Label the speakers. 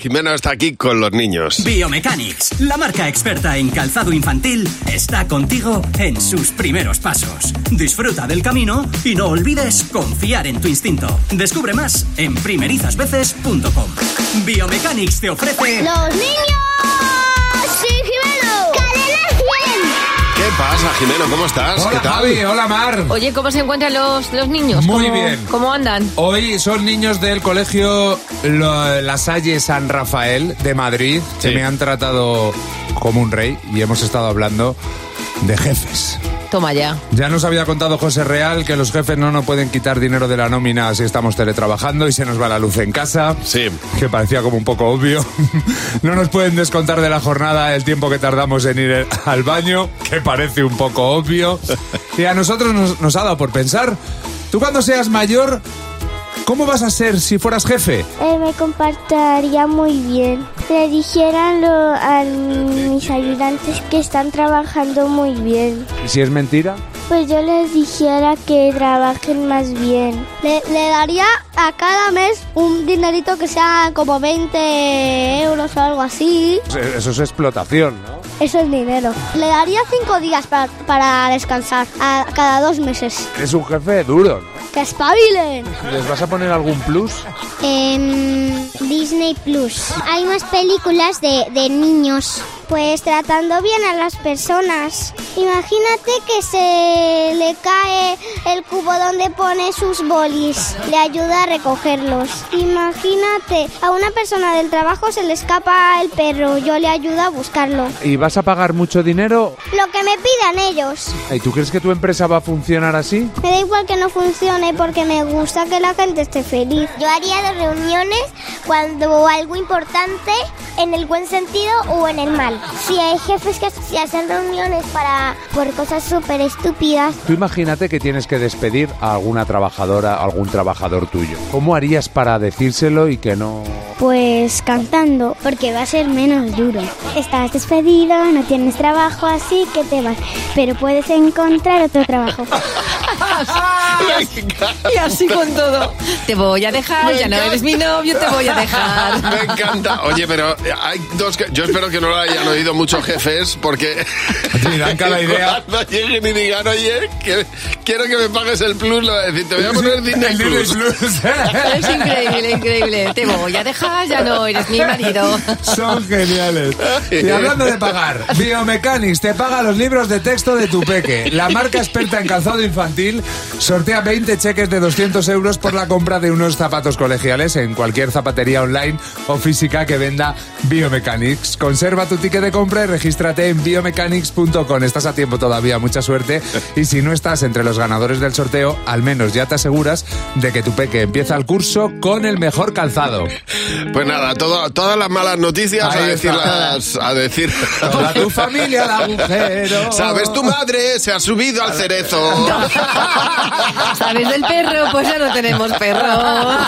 Speaker 1: Jimeno está aquí con los niños.
Speaker 2: Biomechanics, la marca experta en calzado infantil, está contigo en sus primeros pasos. Disfruta del camino y no olvides confiar en tu instinto. Descubre más en primerizasveces.com. Biomechanics te ofrece
Speaker 3: ¡Los niños! ¡Sí, Jimeno!
Speaker 1: ¿Qué pasa, Jimeno? ¿Cómo estás?
Speaker 4: Hola
Speaker 1: ¿Qué tal?
Speaker 4: Javi, hola Mar.
Speaker 5: Oye, ¿cómo se encuentran los, los niños?
Speaker 4: Muy
Speaker 5: ¿Cómo-
Speaker 4: bien.
Speaker 5: ¿Cómo andan?
Speaker 4: Hoy son niños del colegio Lo- La Salle San Rafael de Madrid que
Speaker 1: Sí.
Speaker 4: me han tratado como un rey y hemos estado hablando de jefes.
Speaker 5: Toma ya.
Speaker 4: Ya nos había contado José Real que los jefes no nos pueden quitar dinero de la nómina si estamos teletrabajando y se nos va la luz en casa.
Speaker 1: Sí.
Speaker 4: Que parecía como un poco obvio. No nos pueden descontar de la jornada el tiempo que tardamos en ir al baño, que parece un poco obvio. Y a nosotros nos, nos ha dado por pensar, tú cuando seas mayor, ¿cómo vas a ser si fueras jefe?
Speaker 3: Eh, me comportaría muy bien. Le dijeran lo- a mis ayudantes que están trabajando muy bien.
Speaker 4: ¿Y si es mentira?
Speaker 3: Pues yo les dijera que trabajen más bien. Le, daría a cada mes un dinerito que sea como 20 euros o algo así.
Speaker 4: Eso es explotación, ¿no?
Speaker 3: Eso es dinero. Le daría cinco días para, para descansar a cada dos meses.
Speaker 4: Eres un jefe duro,
Speaker 3: ¡Que espabilen!
Speaker 4: ¿Les vas a poner algún plus?
Speaker 3: Disney Plus. Hay más películas de, de niños. Pues tratando bien a las personas. Imagínate que se le cae el cubo donde pone sus bolis. Le ayuda a recogerlos. Imagínate, a una persona del trabajo se le escapa el perro. Yo le ayudo a buscarlo.
Speaker 4: ¿Y vas a pagar mucho dinero?
Speaker 3: Lo que me pidan ellos.
Speaker 4: ¿Y tú crees que tu empresa va a funcionar así?
Speaker 3: Me da igual que no funcione porque me gusta que la gente esté feliz. Yo haría de reuniones cuando algo importante, en el buen sentido o en el mal. Si hay jefes que se hacen reuniones para por cosas súper estúpidas,
Speaker 4: Tú imagínate que tienes que despedir a alguna trabajadora, a algún trabajador tuyo. ¿Cómo harías para decírselo y que no...
Speaker 3: pues cantando, porque va a ser menos duro. Estás despedido, no tienes trabajo, así que te vas, pero puedes encontrar otro trabajo.
Speaker 5: Y así con todo. Te voy a dejar, ya no eres mi novio, te voy a dejar.
Speaker 1: Me encanta. Oye, pero eh, hay dos que... Yo espero que no lo hayan oído muchos jefes porque...
Speaker 4: Te dan cada idea.
Speaker 1: Cuando lleguen y digan, oye, que- quiero que me pagues el plus, lo voy a decir, te voy a poner Disney Plus.
Speaker 5: Es increíble, increíble. Te voy a dejar, ya no eres mi marido.
Speaker 4: Son geniales. Y hablando de pagar, Biomechanics te paga los libros de texto de tu peque. La marca experta en calzado infantil sortea 20 cheques de 200 euros por la compra de unos zapatos colegiales en cualquier zapatería online o física que venda Biomechanics. Conserva tu ticket de compra y regístrate en biomechanics.com. Estás a tiempo todavía, mucha suerte. Y si no estás entre los ganadores del sorteo, al menos ya te aseguras de que tu peque empieza el curso con el mejor calzado.
Speaker 1: Pues nada, todo- todas las malas noticias a
Speaker 4: Ahí está.
Speaker 1: decirlas... A decir...
Speaker 4: Toda tu familia al agujero.
Speaker 1: ¿Sabes? Tu madre se ha subido al cerezo.
Speaker 5: ¿Sabes del perro? Pues ya no tenemos perro.